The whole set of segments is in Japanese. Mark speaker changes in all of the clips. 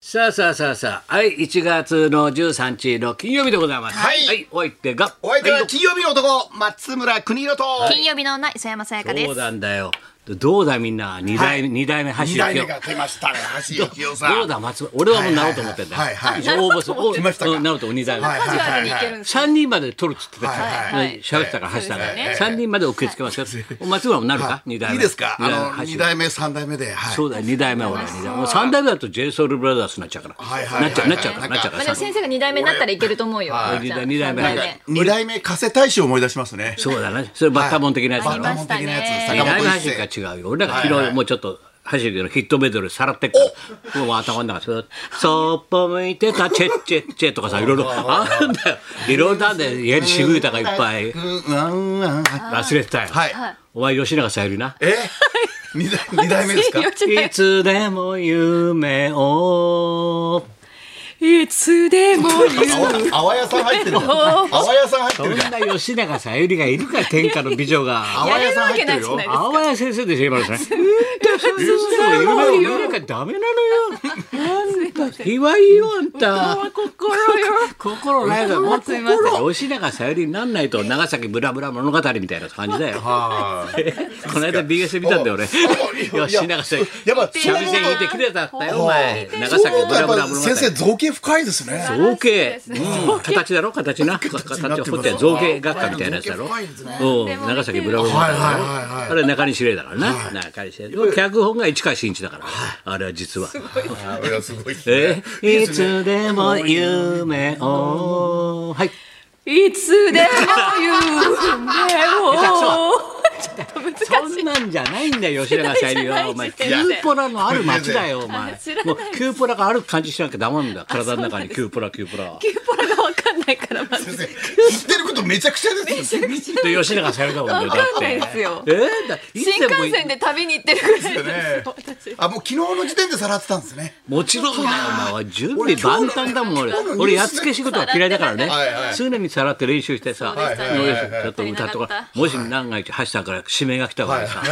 Speaker 1: さあさあさあさあ、はい、1月の13日の金曜日でございます。
Speaker 2: はい
Speaker 1: お相手が。
Speaker 2: お相手
Speaker 1: は
Speaker 2: はい金曜日の男、松村邦洋と。
Speaker 3: 金曜日の女磯山さやかで
Speaker 1: そう
Speaker 3: す。
Speaker 1: なんだよ。どうだみんな、二代目、二代目
Speaker 2: 二
Speaker 1: 橋代
Speaker 2: 代目
Speaker 1: 目
Speaker 2: が出ましたね、橋幸夫さん。
Speaker 1: どうだ松村、俺はもうなおうと思ってんだよ。
Speaker 2: はいはいはいはい
Speaker 1: 応募する。お
Speaker 2: 来ましたか
Speaker 1: うんなおうと二代目。
Speaker 2: はいはいはい
Speaker 3: い
Speaker 2: は
Speaker 3: け
Speaker 2: い
Speaker 3: るんです
Speaker 1: 3人まで取るっつってた
Speaker 2: はい
Speaker 1: から
Speaker 3: はい
Speaker 1: ね喋ってたから橋田
Speaker 3: そうですよ
Speaker 1: が
Speaker 3: ね
Speaker 1: 3人まで受け付けますよお松村もなるか2代目
Speaker 2: いいですか、
Speaker 1: 二代目
Speaker 2: あの、
Speaker 1: 橋
Speaker 2: 二代目、三代目で、はい。
Speaker 1: そうだよ2代目は俺は二代目もう3代目だと j s o u l b r o t h e r になっちゃうから
Speaker 2: はいはい
Speaker 1: なっちゃうなっちゃうか
Speaker 2: は
Speaker 1: らな
Speaker 2: い
Speaker 1: っちゃうか
Speaker 3: ま
Speaker 1: ら
Speaker 3: あ、でも先生が二代目になったらいけると思うよ。
Speaker 1: はい
Speaker 3: じゃあ
Speaker 1: 二代目
Speaker 3: 三
Speaker 1: はい
Speaker 2: 二代目、加瀬大使を思い出しますね。
Speaker 1: そうだねそれバッタモン的なやつだ
Speaker 2: バ
Speaker 1: ろ
Speaker 2: ッ
Speaker 3: い
Speaker 2: タ
Speaker 3: ま
Speaker 2: モン
Speaker 3: し
Speaker 2: 的
Speaker 3: た
Speaker 1: 二
Speaker 2: なやつ、坂
Speaker 3: ね
Speaker 1: 代
Speaker 2: 本
Speaker 1: 目
Speaker 2: 一世。
Speaker 1: 走るが違うよ俺なんか
Speaker 2: はい
Speaker 1: 昨
Speaker 2: は
Speaker 1: 日
Speaker 2: い
Speaker 1: もうちょっと走るのヒットメドレーさらってっからもう頭の中そっそっぽ向いてたチェッチェッチェと かさいろいろあんだよいろんなんで家に渋い歌がいっぱい
Speaker 2: うん、うん、うん。
Speaker 1: 忘れてたよ
Speaker 2: はい。
Speaker 1: お前吉永小百合な
Speaker 2: え二代二代目ですか
Speaker 3: 代目
Speaker 1: いつでも夢を
Speaker 3: いつでも言う。
Speaker 2: あわやさん入ってるじゃん。あわやさん入って
Speaker 1: そん
Speaker 2: るじゃん。
Speaker 1: な吉永小百合がいるか天下の美女が
Speaker 2: あ
Speaker 3: や
Speaker 2: わや
Speaker 3: れる
Speaker 2: さん
Speaker 3: わ
Speaker 2: 入
Speaker 3: け
Speaker 2: って
Speaker 3: ない
Speaker 2: る
Speaker 3: じ
Speaker 2: よ
Speaker 3: ゃない。ですか。
Speaker 1: 青谷先生でしょ今のね。夢を夢がダメな のよ。なんだ卑猥よあんた。心よ。心ないだろ。
Speaker 3: すいません
Speaker 1: 心吉永小百合になんないと長崎ブラブラ物語みたいな感じだよ。
Speaker 2: はい。
Speaker 1: この間 BS 見たんだよ俺。
Speaker 2: お
Speaker 1: 吉永小百
Speaker 2: やっぱ、
Speaker 1: 合。
Speaker 2: そ
Speaker 1: 三
Speaker 2: う
Speaker 1: 味線弾いてきれたったよお前。長
Speaker 2: そう
Speaker 1: 崎
Speaker 2: 思う
Speaker 1: ブ
Speaker 2: とや
Speaker 1: ラ
Speaker 2: っ
Speaker 1: ブラ
Speaker 2: ぱ
Speaker 1: 物語
Speaker 2: 先。生造形深いですね。
Speaker 1: 造形
Speaker 3: そうですね
Speaker 1: うん形だろ形な形
Speaker 2: になってます
Speaker 1: 掘って造形学科みたいなやつだろ
Speaker 2: 造形深いですね
Speaker 1: うん長崎ブラブラ物語
Speaker 2: はいはいはいはい
Speaker 1: あれ中西礼だからな中西礼脚本が市川新一だからあれは実は
Speaker 2: あれはすごいです
Speaker 1: え
Speaker 2: ね。
Speaker 1: いつでも夢をはい
Speaker 3: いつでも
Speaker 1: 下手く
Speaker 3: 言う。難しい。
Speaker 1: そんなんじゃないんだよ吉永小百合はお前キ
Speaker 3: 世代
Speaker 1: ュ
Speaker 3: じゃない
Speaker 1: ーポラのある町だよお前
Speaker 3: 知らない
Speaker 1: もうキューポラがある感じしなきゃダメなんだ体の中にキューポラキューポラ
Speaker 3: キューポラがわかんないからまず。
Speaker 2: 言ってることめちゃくちゃですよ。
Speaker 1: で吉永小百合だもんねだ
Speaker 3: わかん
Speaker 1: って
Speaker 3: ないですよ
Speaker 1: えだいつ
Speaker 3: 新
Speaker 1: でも
Speaker 3: 幹線で旅に行ってるぐらいですよ。私
Speaker 2: あもう昨日の時点でさらってたんですね。
Speaker 1: もちろんだよ、お前は準備万端だもん、俺
Speaker 2: 今日の。
Speaker 1: 俺、
Speaker 2: ニュ
Speaker 1: や
Speaker 2: ー
Speaker 1: っ
Speaker 2: ス
Speaker 1: つけ仕事は嫌いだからね
Speaker 2: はいはい。
Speaker 1: 常にさらって練習してさ、
Speaker 3: そうでしたね
Speaker 1: よいしょちょっと歌と
Speaker 3: 足り
Speaker 1: か
Speaker 3: なかっ、
Speaker 1: もし万が一、橋さんから指名が来た場合さ。
Speaker 3: あ、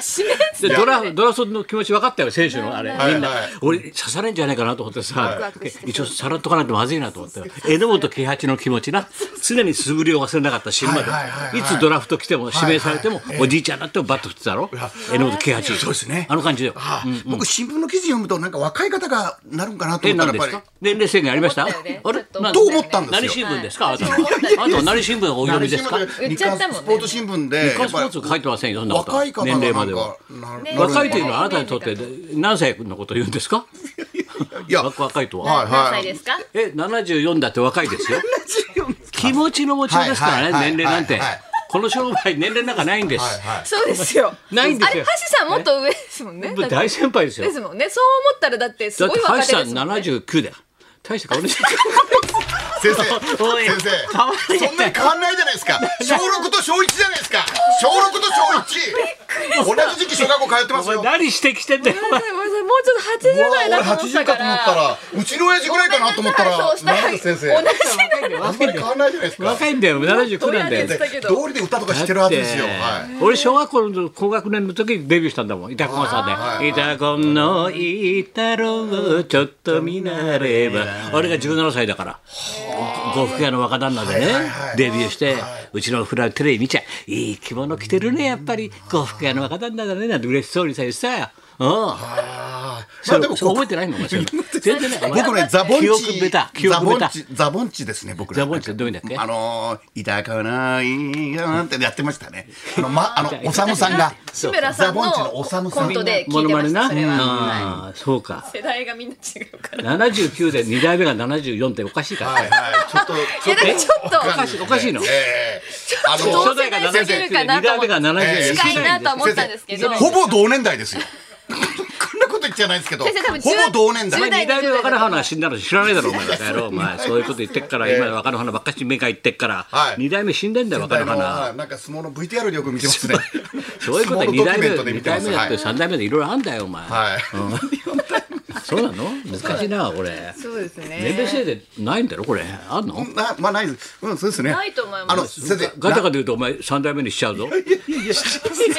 Speaker 3: 締め
Speaker 1: でドラドラソンの気持ち分かったよ選手のあれ
Speaker 2: い
Speaker 1: みんな
Speaker 2: はい
Speaker 1: 俺刺されんじゃないかなと思って
Speaker 3: ワ
Speaker 1: さ
Speaker 3: クして
Speaker 1: 一応さらっとかないとまずいなと思って榎本慶八の気持ちな常に素振りを忘れなかった死ぬま
Speaker 2: はいはいはいは
Speaker 1: で
Speaker 2: い
Speaker 1: いつドラフト来ても指名されても
Speaker 2: はいはい
Speaker 1: おじいちゃんになってもバット振ってたろ榎本慶八
Speaker 2: そうですね
Speaker 1: あの感じだよ
Speaker 2: あ僕新聞の記事読むとなんか若い方がなるんかなと
Speaker 1: え
Speaker 2: 思った
Speaker 1: 何
Speaker 2: ら
Speaker 1: で
Speaker 2: や
Speaker 1: す
Speaker 2: っぱ
Speaker 1: か年齢制限ありました
Speaker 3: 思ったよね
Speaker 1: あれ
Speaker 3: ちょっと
Speaker 1: な
Speaker 2: りと思ったんです
Speaker 1: 何
Speaker 2: よ。
Speaker 1: 新聞ですか、
Speaker 3: はい
Speaker 1: あなた はあなたは何新聞をお読みですか
Speaker 2: 何
Speaker 1: 日
Speaker 2: 新聞
Speaker 3: 言っちゃったもんね
Speaker 2: 日刊スポーツ新聞で
Speaker 1: 刊スポーツ書いてませんよそんな
Speaker 2: やっ
Speaker 1: ことは
Speaker 2: ぱり若い方
Speaker 1: 年
Speaker 2: がな
Speaker 1: 齢ま
Speaker 2: ん
Speaker 1: では
Speaker 2: かなる
Speaker 3: ね
Speaker 2: なる
Speaker 1: 若いというのはあなたにとって何歳のことを言うんですか
Speaker 2: いや
Speaker 1: わ若いとは、
Speaker 2: はい
Speaker 3: 何歳ですか。
Speaker 1: え74だって若いですよ気持ちの持ちようですからね、
Speaker 2: はいはいはい
Speaker 1: 年齢なんて、
Speaker 2: はいはい
Speaker 1: この商売年齢なんかないんです、
Speaker 2: はいはい
Speaker 3: そうですよ。
Speaker 1: ないんです
Speaker 3: あ
Speaker 1: よ
Speaker 3: れ、橋さんもっと上ですもんね。だって
Speaker 1: 大先輩ですよ
Speaker 3: ですもんね。そう思ったらだってす
Speaker 1: だっ
Speaker 3: ご
Speaker 1: て
Speaker 3: い
Speaker 1: 橋
Speaker 3: 若手です
Speaker 1: さ
Speaker 3: も
Speaker 1: ん
Speaker 3: んね。
Speaker 1: 79だよ大した顔で おい変わらない
Speaker 2: 先生先生そんなに変わんないじゃないですか小六と小一じゃないですか小六と小一同じ時期小学校通ってま
Speaker 1: お
Speaker 2: す
Speaker 1: 前
Speaker 2: よ
Speaker 1: 何してきてんだよ
Speaker 3: ごめんなさいごめんなさいもうちょっと八十代
Speaker 2: うわ
Speaker 3: だ
Speaker 2: 俺
Speaker 3: と思
Speaker 2: 八
Speaker 3: っ
Speaker 2: 十
Speaker 3: た
Speaker 2: かと思
Speaker 3: か
Speaker 2: った
Speaker 3: ら。
Speaker 2: らうちの親父ぐらいかなと思ったら
Speaker 3: そうしたら
Speaker 2: なんで先
Speaker 3: 同じ
Speaker 2: 生あんまり変わんないじゃないですか
Speaker 1: 若いんだよ79なんだよ
Speaker 3: だけど
Speaker 2: 通りで歌とかしてるはずですよ
Speaker 1: だっ
Speaker 2: は
Speaker 1: て俺小学校の高学年の時にデビューしたんだもんイタコンさんで「イタコンのイタロをちょっと見なれば」俺が17歳だから呉服屋の若旦那でねデビューしてうちのフラテレビ見ちゃ「いい着物着てるねやっぱり呉服屋の若旦那だね」なんて嬉しそうにさ言ってさうん
Speaker 2: い
Speaker 1: それそれ覚えてないのお前それ全然ねお前
Speaker 2: 僕ねザボン
Speaker 1: 記憶
Speaker 2: チ
Speaker 1: ベタ記
Speaker 2: ザ
Speaker 1: 憶
Speaker 2: ボ
Speaker 1: ベ
Speaker 2: ン
Speaker 1: タ
Speaker 2: チザボンチですね僕ら
Speaker 1: ザボンチってどういうんだっけ
Speaker 2: あのー「いたかないよ」ってやってましたねあの,、ま、あのおさむさんが
Speaker 3: 志村さ
Speaker 2: ザ
Speaker 3: ん
Speaker 2: ボンチのおさ
Speaker 3: の
Speaker 2: む
Speaker 3: コ
Speaker 2: さん
Speaker 3: ントで
Speaker 1: モ
Speaker 3: 聞い
Speaker 1: ノ
Speaker 3: て
Speaker 1: マネな
Speaker 3: ましたそれは。はい
Speaker 1: ああそうか
Speaker 3: 世代がみんな違うから。
Speaker 1: 79で2代目が74っておかしいから
Speaker 2: はいはいちょっと
Speaker 3: いやだからちょっと
Speaker 1: おかしいおかしいの
Speaker 2: えー、あ
Speaker 3: ちょっ
Speaker 2: の
Speaker 3: と同世代が79
Speaker 1: 二代目が74
Speaker 3: 近いなとは思ったんですけど。
Speaker 2: ほぼ同年代ですよこんなこと言っちゃないですけどほ
Speaker 3: 先生多分10
Speaker 2: ぼ同年
Speaker 1: お前
Speaker 2: 代
Speaker 3: 10
Speaker 1: 二代目若菜花が死んだの知らないだろお前バカ野郎お 前そういうこと言ってっから今若菜花ばっかし目がいってっから
Speaker 2: はい
Speaker 1: 二代目死んでんだよ若菜花
Speaker 2: なんか相撲の VTR でよく見てますね
Speaker 1: そういうこと
Speaker 2: 相撲
Speaker 1: 二
Speaker 2: のドキ
Speaker 1: 代
Speaker 2: ュメント
Speaker 1: 目
Speaker 2: で
Speaker 1: 二
Speaker 2: 見てま
Speaker 1: 代
Speaker 2: す
Speaker 1: 目だっ
Speaker 2: は
Speaker 1: て
Speaker 2: い
Speaker 1: 三代目でいろいろあんだよお前
Speaker 2: はい
Speaker 1: そうなの難しいなこれ
Speaker 4: そうですね。
Speaker 1: 年齢制限ないんだろこれあんの
Speaker 2: なまあないですうんそうですね
Speaker 3: ないと思います
Speaker 2: あの先生
Speaker 1: ガタガタ言うとお前三代目にしちゃうぞ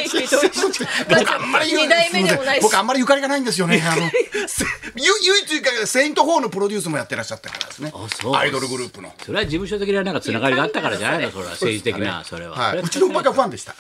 Speaker 2: あんまり
Speaker 3: 二代目でもないし
Speaker 2: 僕あんまりゆかりがないんですよね。あのせゆ唯一ゆかりがセイントホーのプロデュースもやってらっしゃったからですね
Speaker 1: あそう。
Speaker 2: アイドルグループの。
Speaker 1: それは事務所的ななんかつながりがあったからじゃないのそれは政治的なそれは、
Speaker 2: はい。うちのおばがファンでした。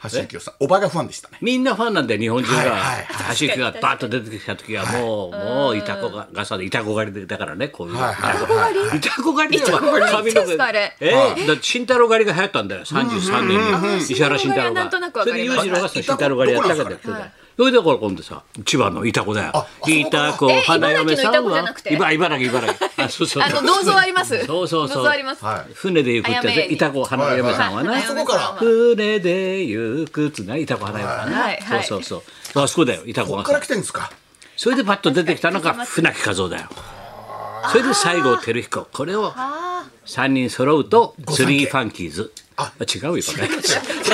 Speaker 2: 橋幸夫さん。おばがファンでしたね。
Speaker 1: みんなファンなんだよ日本中が、
Speaker 2: はいはい
Speaker 1: 橋幸夫がバッと出てきた時はもう、もういたこががさでいたこ狩りでだからねこういうの、
Speaker 2: はいはいは い
Speaker 1: いたこ狩りでは
Speaker 3: りっていうんですかあれ
Speaker 1: ええだって慎太郎狩りが流行ったんだよ33年に、石原慎太郎
Speaker 3: 慎太郎狩りはなんとなく
Speaker 1: が
Speaker 3: わ
Speaker 1: そ
Speaker 3: か
Speaker 1: れで
Speaker 3: り
Speaker 1: 裕
Speaker 3: ます
Speaker 1: 次郎がその慎太郎狩りやったからだ
Speaker 2: ど
Speaker 1: よそれでこれ今度さ千葉のいたこだよいたこ
Speaker 3: え
Speaker 1: 花嫁さん
Speaker 3: 茨城のいたこじ
Speaker 1: は
Speaker 3: ゃなくて
Speaker 1: 茨茨城茨城あそうそう
Speaker 3: あの銅像あります。
Speaker 1: そうそうそう
Speaker 3: 銅像あります。
Speaker 2: はい
Speaker 1: 船で行くっ
Speaker 3: あやめ
Speaker 1: ていたこ花嫁さんはね、
Speaker 3: はい
Speaker 2: そこから
Speaker 3: 花嫁さんは
Speaker 1: 船で行くつないたこ花嫁さんね、
Speaker 3: はいはい
Speaker 1: そうそうそうあそこだよいたこ
Speaker 2: こ
Speaker 1: が
Speaker 2: っ
Speaker 1: さ
Speaker 2: から来てんですか。
Speaker 1: それでパッと出てきたのが船木和夫だよそれで西郷輝彦これを3人揃うとスリーファンキーズあ
Speaker 2: あ
Speaker 1: 違うよこれ
Speaker 2: それ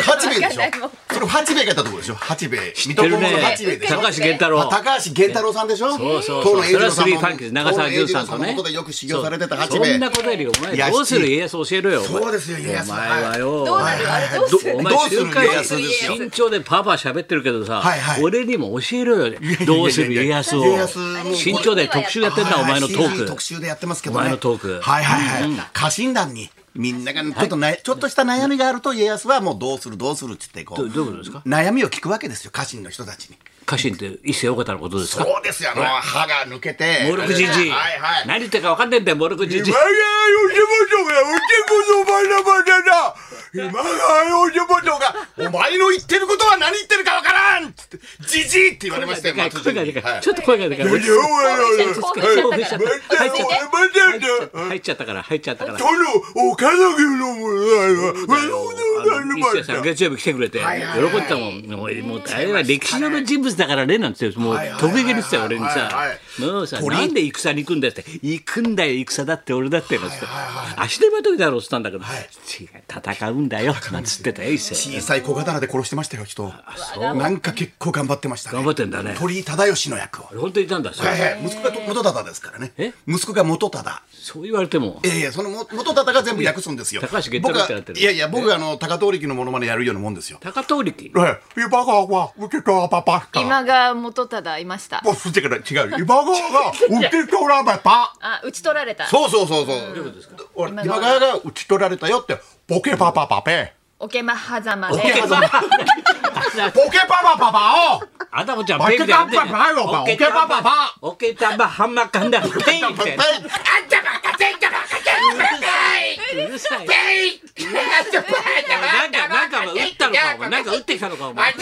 Speaker 2: 八兵衛でし
Speaker 3: わかんないも
Speaker 2: ょ
Speaker 3: ん。
Speaker 2: それ八兵衛がやったところでしょ。八兵衛。知
Speaker 1: ってるね
Speaker 2: 八兵衛でしょ。
Speaker 1: 高橋源太郎
Speaker 2: あ高橋源太郎さんでしょ。
Speaker 1: そうそうそう
Speaker 2: 当の
Speaker 1: それ
Speaker 2: 栄
Speaker 1: は
Speaker 2: 治郎さ
Speaker 1: ス
Speaker 2: ん
Speaker 1: リー
Speaker 2: の
Speaker 1: ファンキーズ長澤
Speaker 2: 当
Speaker 1: 純
Speaker 2: の栄治
Speaker 1: さ
Speaker 2: 郎
Speaker 1: ん
Speaker 2: さ
Speaker 1: と
Speaker 2: んの
Speaker 1: ね
Speaker 2: ことでよく修行されてた八
Speaker 1: そ
Speaker 2: 兵衛。
Speaker 1: んなことよりお前
Speaker 2: いや
Speaker 1: どうする家康教えろよお前
Speaker 2: そうですよ家
Speaker 1: お
Speaker 2: 康。
Speaker 1: 前は
Speaker 2: はい
Speaker 1: よ
Speaker 3: どうなるあれどうする
Speaker 1: お
Speaker 2: ど
Speaker 1: 前
Speaker 2: うする
Speaker 1: 週刊
Speaker 2: 家
Speaker 1: 誌
Speaker 2: 康です
Speaker 3: よ
Speaker 1: 身長でパパ喋ってるけどさ、
Speaker 2: はいはい
Speaker 1: 俺にも教えろよどうする家康を
Speaker 2: 家康も
Speaker 1: 身長で特集やってんだ、お前のト
Speaker 2: はいはいシーズン
Speaker 1: ーク
Speaker 2: 特集でやってますけど
Speaker 1: お
Speaker 2: ね
Speaker 1: 前のトーク
Speaker 2: はいはいはい、家臣団にみんながちょっとな、ちょっとした悩みがあると家康はもうどうするどうするって言ってこ
Speaker 1: ど
Speaker 2: う
Speaker 1: どういうことですか
Speaker 2: 悩みを聞くわけですよ家臣の人たちに
Speaker 1: 家臣って伊勢横田のことですか
Speaker 2: そうですよあの歯が抜けて
Speaker 1: モルクジジイ
Speaker 2: はいはい
Speaker 1: 何言ってるか分かんねえんだよモルクジジイ
Speaker 2: が吉本がおてこそばらばだ今がおてこそがお前の言ってることは何言ってるかわからんっつってジジイって言われましたよ
Speaker 1: 声が
Speaker 2: 松
Speaker 1: で
Speaker 2: 潤
Speaker 1: か
Speaker 2: に
Speaker 1: い
Speaker 2: はい
Speaker 1: ちょっと声がでかい
Speaker 2: いやいやいやいや
Speaker 3: 興奮しちゃったから
Speaker 1: 興奮しちゃった
Speaker 2: 入っちゃった入っち
Speaker 1: 入っちゃ
Speaker 2: ゃった
Speaker 1: ったから入っちゃったから
Speaker 2: そのお家族の問題は
Speaker 1: あの一生さん月曜日来てくれて喜
Speaker 2: はいはいはい
Speaker 1: んでたもんもうもうあれは歴史上の人物だからねなんてもう
Speaker 2: はいはいはい
Speaker 1: 得意げに言ってたよ俺にさ
Speaker 2: はいは
Speaker 1: 「
Speaker 2: い
Speaker 1: もうさ
Speaker 2: 鳥
Speaker 1: なんで戦に行くんだ」って「行くんだよ戦だって俺だって」なんつって「足手まといだろ」っつったんだけど「違う戦うんだよ」なんつってたよ一生
Speaker 2: 小さい小刀で殺してましたよ人をなんか結構頑張ってましたね
Speaker 1: 頑張ってんだね
Speaker 2: 鳥居忠義の役を
Speaker 1: 本当にいたんだそ
Speaker 2: はい
Speaker 1: れ
Speaker 2: はい息子が元忠ですからね
Speaker 1: え
Speaker 2: 息子が元忠
Speaker 1: そう言われても
Speaker 2: いやいやその元元忠が全部訳すんですよ
Speaker 1: 高橋源太
Speaker 2: 僕
Speaker 1: 郎
Speaker 2: が
Speaker 1: ってなってる
Speaker 2: いやいや僕があの高通力のものまでやるようなもんですよ
Speaker 1: 高遠力
Speaker 2: ええ今川は受け取らばばっか
Speaker 3: 今が元忠いました。
Speaker 2: もうそっちから違う今川 が受け取らばばっか
Speaker 3: あ、打ち取られた。
Speaker 2: そうそうそうそう。俺今川が打ち取られたよって、ボケパパパペ。
Speaker 3: おけまはざま
Speaker 2: ボケ
Speaker 3: で。
Speaker 2: パパパパパを。
Speaker 1: あたこちゃんペイみたいにやってんじゃん
Speaker 2: オケタンパパパ
Speaker 1: オケタンパハンマーカンダペイみたいな
Speaker 2: ペイ。あんたばっかせんじゃばっかせんじゃばっか
Speaker 1: うるさい
Speaker 2: ペイ。あんたば
Speaker 1: な
Speaker 2: っか
Speaker 1: んかなんか打ったのかお前なんか打ってきたのかお前
Speaker 3: す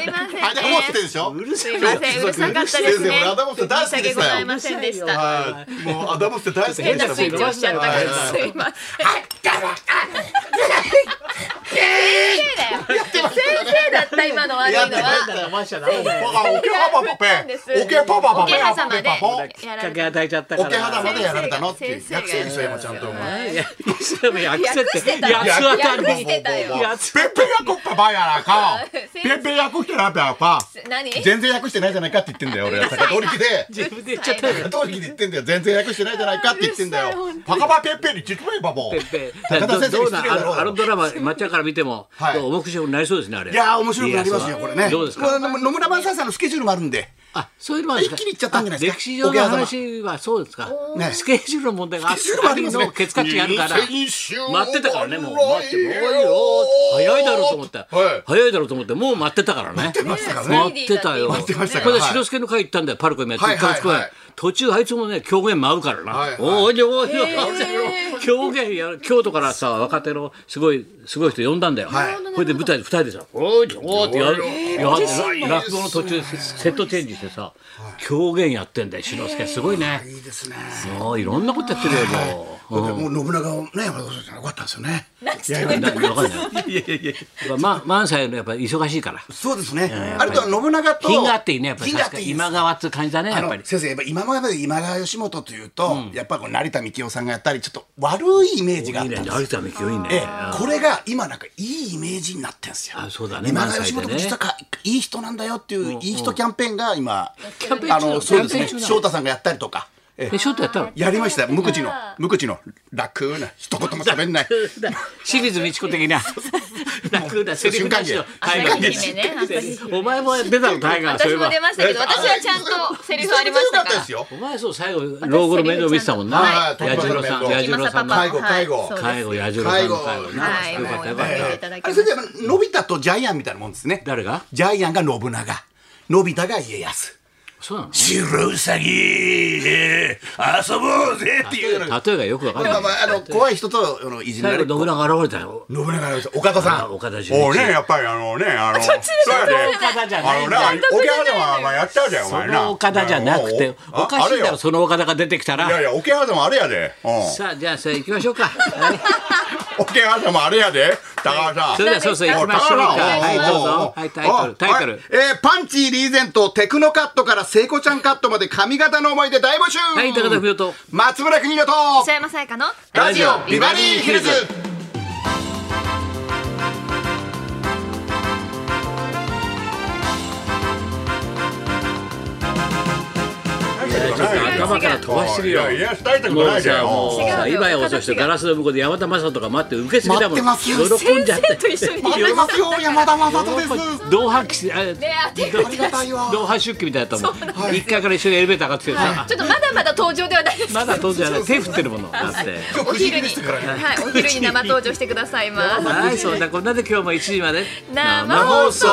Speaker 3: いませんね。
Speaker 2: あ、じゃあ、もうしてるでしょ。
Speaker 1: うる
Speaker 3: す
Speaker 1: さ
Speaker 3: い
Speaker 1: い
Speaker 3: ません、 うるさかったです
Speaker 2: 先
Speaker 3: ね
Speaker 2: 生俺頭打っ。て大好きでしたよ
Speaker 3: 申し訳ございませんでした。
Speaker 2: はい、もうアダムって大好き
Speaker 3: 変
Speaker 2: で
Speaker 3: な
Speaker 2: した
Speaker 3: スイッチ押しちゃったから、すいません。先生だよ。先生だった、今の悪いのは。
Speaker 2: オケパパパペ。オケパパパ
Speaker 3: お
Speaker 2: ペ。
Speaker 3: けはざまで。
Speaker 1: き
Speaker 3: や
Speaker 1: っ
Speaker 3: ら
Speaker 1: か
Speaker 3: れ
Speaker 1: け
Speaker 3: た。
Speaker 1: 与えちゃったから
Speaker 2: オケ肌までやられたのっていう。
Speaker 3: 先生が
Speaker 2: 訳すでしょ、今ちゃんと。
Speaker 1: いやそれも訳せ
Speaker 3: 訳して
Speaker 1: って
Speaker 3: た
Speaker 1: や
Speaker 3: よ
Speaker 1: つはたる
Speaker 3: 訳してたよ
Speaker 1: やつ
Speaker 2: ペッペ役パパやらか。
Speaker 3: 先生
Speaker 2: ペッペ役してなペアパ。
Speaker 3: 何
Speaker 2: 全然訳してないじゃないかって言ってんだよ、俺は。高通力で。
Speaker 1: 自分で言っちゃったよ
Speaker 2: 高通力で言ってんだよ、全然訳してないじゃないかって言ってんだよ。パカパペッペにちっちゃいバボ。
Speaker 1: ペッペ
Speaker 2: 高田
Speaker 1: ど
Speaker 2: 先生
Speaker 1: ど
Speaker 2: に
Speaker 1: う
Speaker 2: 失
Speaker 1: な
Speaker 2: 礼
Speaker 1: あ
Speaker 2: だ
Speaker 1: のあの
Speaker 2: ろ。
Speaker 1: ドラマまっちゃんから見ても
Speaker 2: はい
Speaker 1: どう面白くなりそうですねあれ
Speaker 2: いやー、面白くなりますよ、これね。
Speaker 1: どうです
Speaker 2: まあ
Speaker 1: か
Speaker 2: あの野村萬斎さんのスケジュールもあるんで。
Speaker 1: あそういうのもあるんですか
Speaker 2: 一気にいっちゃったんじゃないですか
Speaker 1: あ歴史上の話はそうですか
Speaker 2: ね
Speaker 1: スケジュールの問題があっ
Speaker 2: スケジュールもあ
Speaker 1: て
Speaker 2: りますね
Speaker 1: のケツカッチやるから
Speaker 2: 先週は
Speaker 1: 待ってたからねもう待ってもういいよ早いだろうと思った
Speaker 2: はい
Speaker 1: 早いだろうと思ってもう待ってたからね
Speaker 2: 待ってましたからね。
Speaker 1: 待ってたよ。
Speaker 3: 待
Speaker 2: ってましたか
Speaker 1: こ
Speaker 2: ら
Speaker 1: れで白助の会行ったんだよ、パルコにやって、
Speaker 2: はい
Speaker 1: 1ヶ月くらい
Speaker 2: はいはい
Speaker 1: 途中あいつもね、狂言舞うからな。
Speaker 2: はいはい
Speaker 1: おいおいおい狂言やる、京都からさ、若手のすごい、すごい人呼んだんだよ。
Speaker 2: はい
Speaker 1: これで舞台で二人でさ、おいおいってやる。やって
Speaker 2: ー
Speaker 1: 落語の途中でセットチェンジしてさ、狂言やってんだよ、白助。すごいね。
Speaker 2: いいですね。
Speaker 1: もういろんなことやってるよ、もう。
Speaker 2: もう信長をね、よかったですよね。
Speaker 3: なんつっ
Speaker 2: い
Speaker 3: て
Speaker 2: や
Speaker 3: も
Speaker 2: い
Speaker 1: なわかんないやっ
Speaker 2: いやいやいや
Speaker 1: ぱま萬斎のやっぱり忙しいから
Speaker 2: そうですね
Speaker 1: やっ。ぱ
Speaker 2: あ
Speaker 1: り
Speaker 2: るとは信長と。
Speaker 1: 品があっていいねやっぱり
Speaker 2: 品があっていいです
Speaker 1: 今川って感じだね
Speaker 2: あ
Speaker 1: やっ
Speaker 2: の
Speaker 1: ぱり
Speaker 2: 先生やっぱ今まで今川義元というと、やっぱりこう成田幹雄さんがやったりちょっと悪いイメージがあ
Speaker 1: い
Speaker 2: っ
Speaker 1: い
Speaker 2: た
Speaker 1: ね
Speaker 2: んです
Speaker 1: 成田美紀いいね
Speaker 2: ええ、これが今なんかいいイメージになってんですよ
Speaker 1: あそうだね
Speaker 2: 今
Speaker 1: 満
Speaker 2: 川
Speaker 1: 載
Speaker 2: 義
Speaker 1: でね
Speaker 2: 元も実はかいい人なんだよっていういい人キャンペーンが今
Speaker 1: キャンペーン
Speaker 2: あ
Speaker 1: 中な
Speaker 2: の
Speaker 1: の
Speaker 2: そうですね
Speaker 1: キャンペーン中なの
Speaker 2: 翔太さんがやったりとか、ええ
Speaker 1: えショートや ったの
Speaker 2: やりましたよ無口の無口の楽な一言も喋んない
Speaker 1: 清水美智子的な楽なセリフなしのタイガ
Speaker 3: 朝日
Speaker 1: ー
Speaker 3: 姫ね朝日 姫
Speaker 1: お前も出たのタイガーそうい
Speaker 3: 私
Speaker 1: えば
Speaker 3: も出ましたけど私はちゃんとセリフありました
Speaker 2: めちゃくちゃ良かったですよ
Speaker 3: から
Speaker 1: お前そう最後老後の面倒見てたもんな
Speaker 2: はい
Speaker 1: 彌十郎さん
Speaker 2: は
Speaker 1: 彌
Speaker 2: い
Speaker 1: 十郎さんの
Speaker 2: 介護介護
Speaker 3: そうです
Speaker 1: 介護彌十郎さんの介護な
Speaker 3: はい
Speaker 1: よかったよ
Speaker 3: も
Speaker 1: か
Speaker 3: う
Speaker 1: った
Speaker 3: ねええ
Speaker 2: あれ先生やっぱのび太とジャイアンみたいなもんですね
Speaker 1: 誰が
Speaker 2: ジャイアンが信長のび太が家康
Speaker 1: そうなの
Speaker 2: 白ウサギ遊ぼうぜっていうのが
Speaker 1: 例えがよくわかん
Speaker 2: ま
Speaker 1: な
Speaker 2: あ
Speaker 1: い
Speaker 2: まああの怖い人とあのいじめら
Speaker 1: 最
Speaker 2: れ
Speaker 1: 後
Speaker 2: る
Speaker 1: 信長現れたよ
Speaker 2: 信長です岡田さ
Speaker 1: あ
Speaker 2: ん
Speaker 1: 岡田准一
Speaker 2: おうねやっぱりあのねあのそ
Speaker 3: っちです
Speaker 2: うやね
Speaker 1: 岡田じゃない
Speaker 2: あ
Speaker 1: ん
Speaker 2: の
Speaker 1: だ
Speaker 2: な
Speaker 1: よ
Speaker 2: お客様はやったじゃんお
Speaker 1: そ
Speaker 2: 前な
Speaker 1: の岡田じゃなくて
Speaker 2: あ
Speaker 1: おかしいだ
Speaker 2: あれ
Speaker 1: ろ
Speaker 2: よ
Speaker 1: その岡田が出てきた
Speaker 2: いや
Speaker 1: ら
Speaker 2: いやお客様あれやでうん
Speaker 1: さあじゃあさあ行きましょうかはい
Speaker 2: お客様あれやで高橋さん
Speaker 1: それではそうそう行きましょうかはいどうぞはいタイトルタイトル
Speaker 2: えーパンチリーゼントテクノカットから聖子ちゃんカットまで髪型の思い出大募集
Speaker 1: はい高田文夫と
Speaker 2: 松村邦洋と
Speaker 3: 磯山さやかの
Speaker 2: ラジオビバリーヒルズ
Speaker 1: 頭から飛ばしてるよ
Speaker 2: いやいや大したこ
Speaker 1: も
Speaker 2: とな
Speaker 1: う
Speaker 2: いじゃ
Speaker 1: さ
Speaker 2: ん
Speaker 1: もう
Speaker 3: 違う
Speaker 1: さ
Speaker 3: よ
Speaker 1: 今や遅してガラスの向こうで山田雅人が待って受けすぎだもん
Speaker 2: 待ってますよ
Speaker 1: 喜んじゃって
Speaker 3: 先生と一緒に
Speaker 2: 待ってますよ山田雅人です
Speaker 1: 同伴騎士あ
Speaker 3: ねあ手が
Speaker 2: ありがたいわ
Speaker 1: 同伴出勤みたいだったもん一階から一緒にエレベーター上がってきてさ
Speaker 3: ちょっとまだまだ登場ではないですけど
Speaker 1: まだ飛んじゃない手振ってるものだって
Speaker 2: 今日
Speaker 3: お
Speaker 2: くじ切
Speaker 3: 昼
Speaker 2: り
Speaker 3: に、
Speaker 2: してからね
Speaker 3: はい、お昼に生登場してくださいます。
Speaker 1: はいそんなこんなで今日も1時まで
Speaker 3: 生放送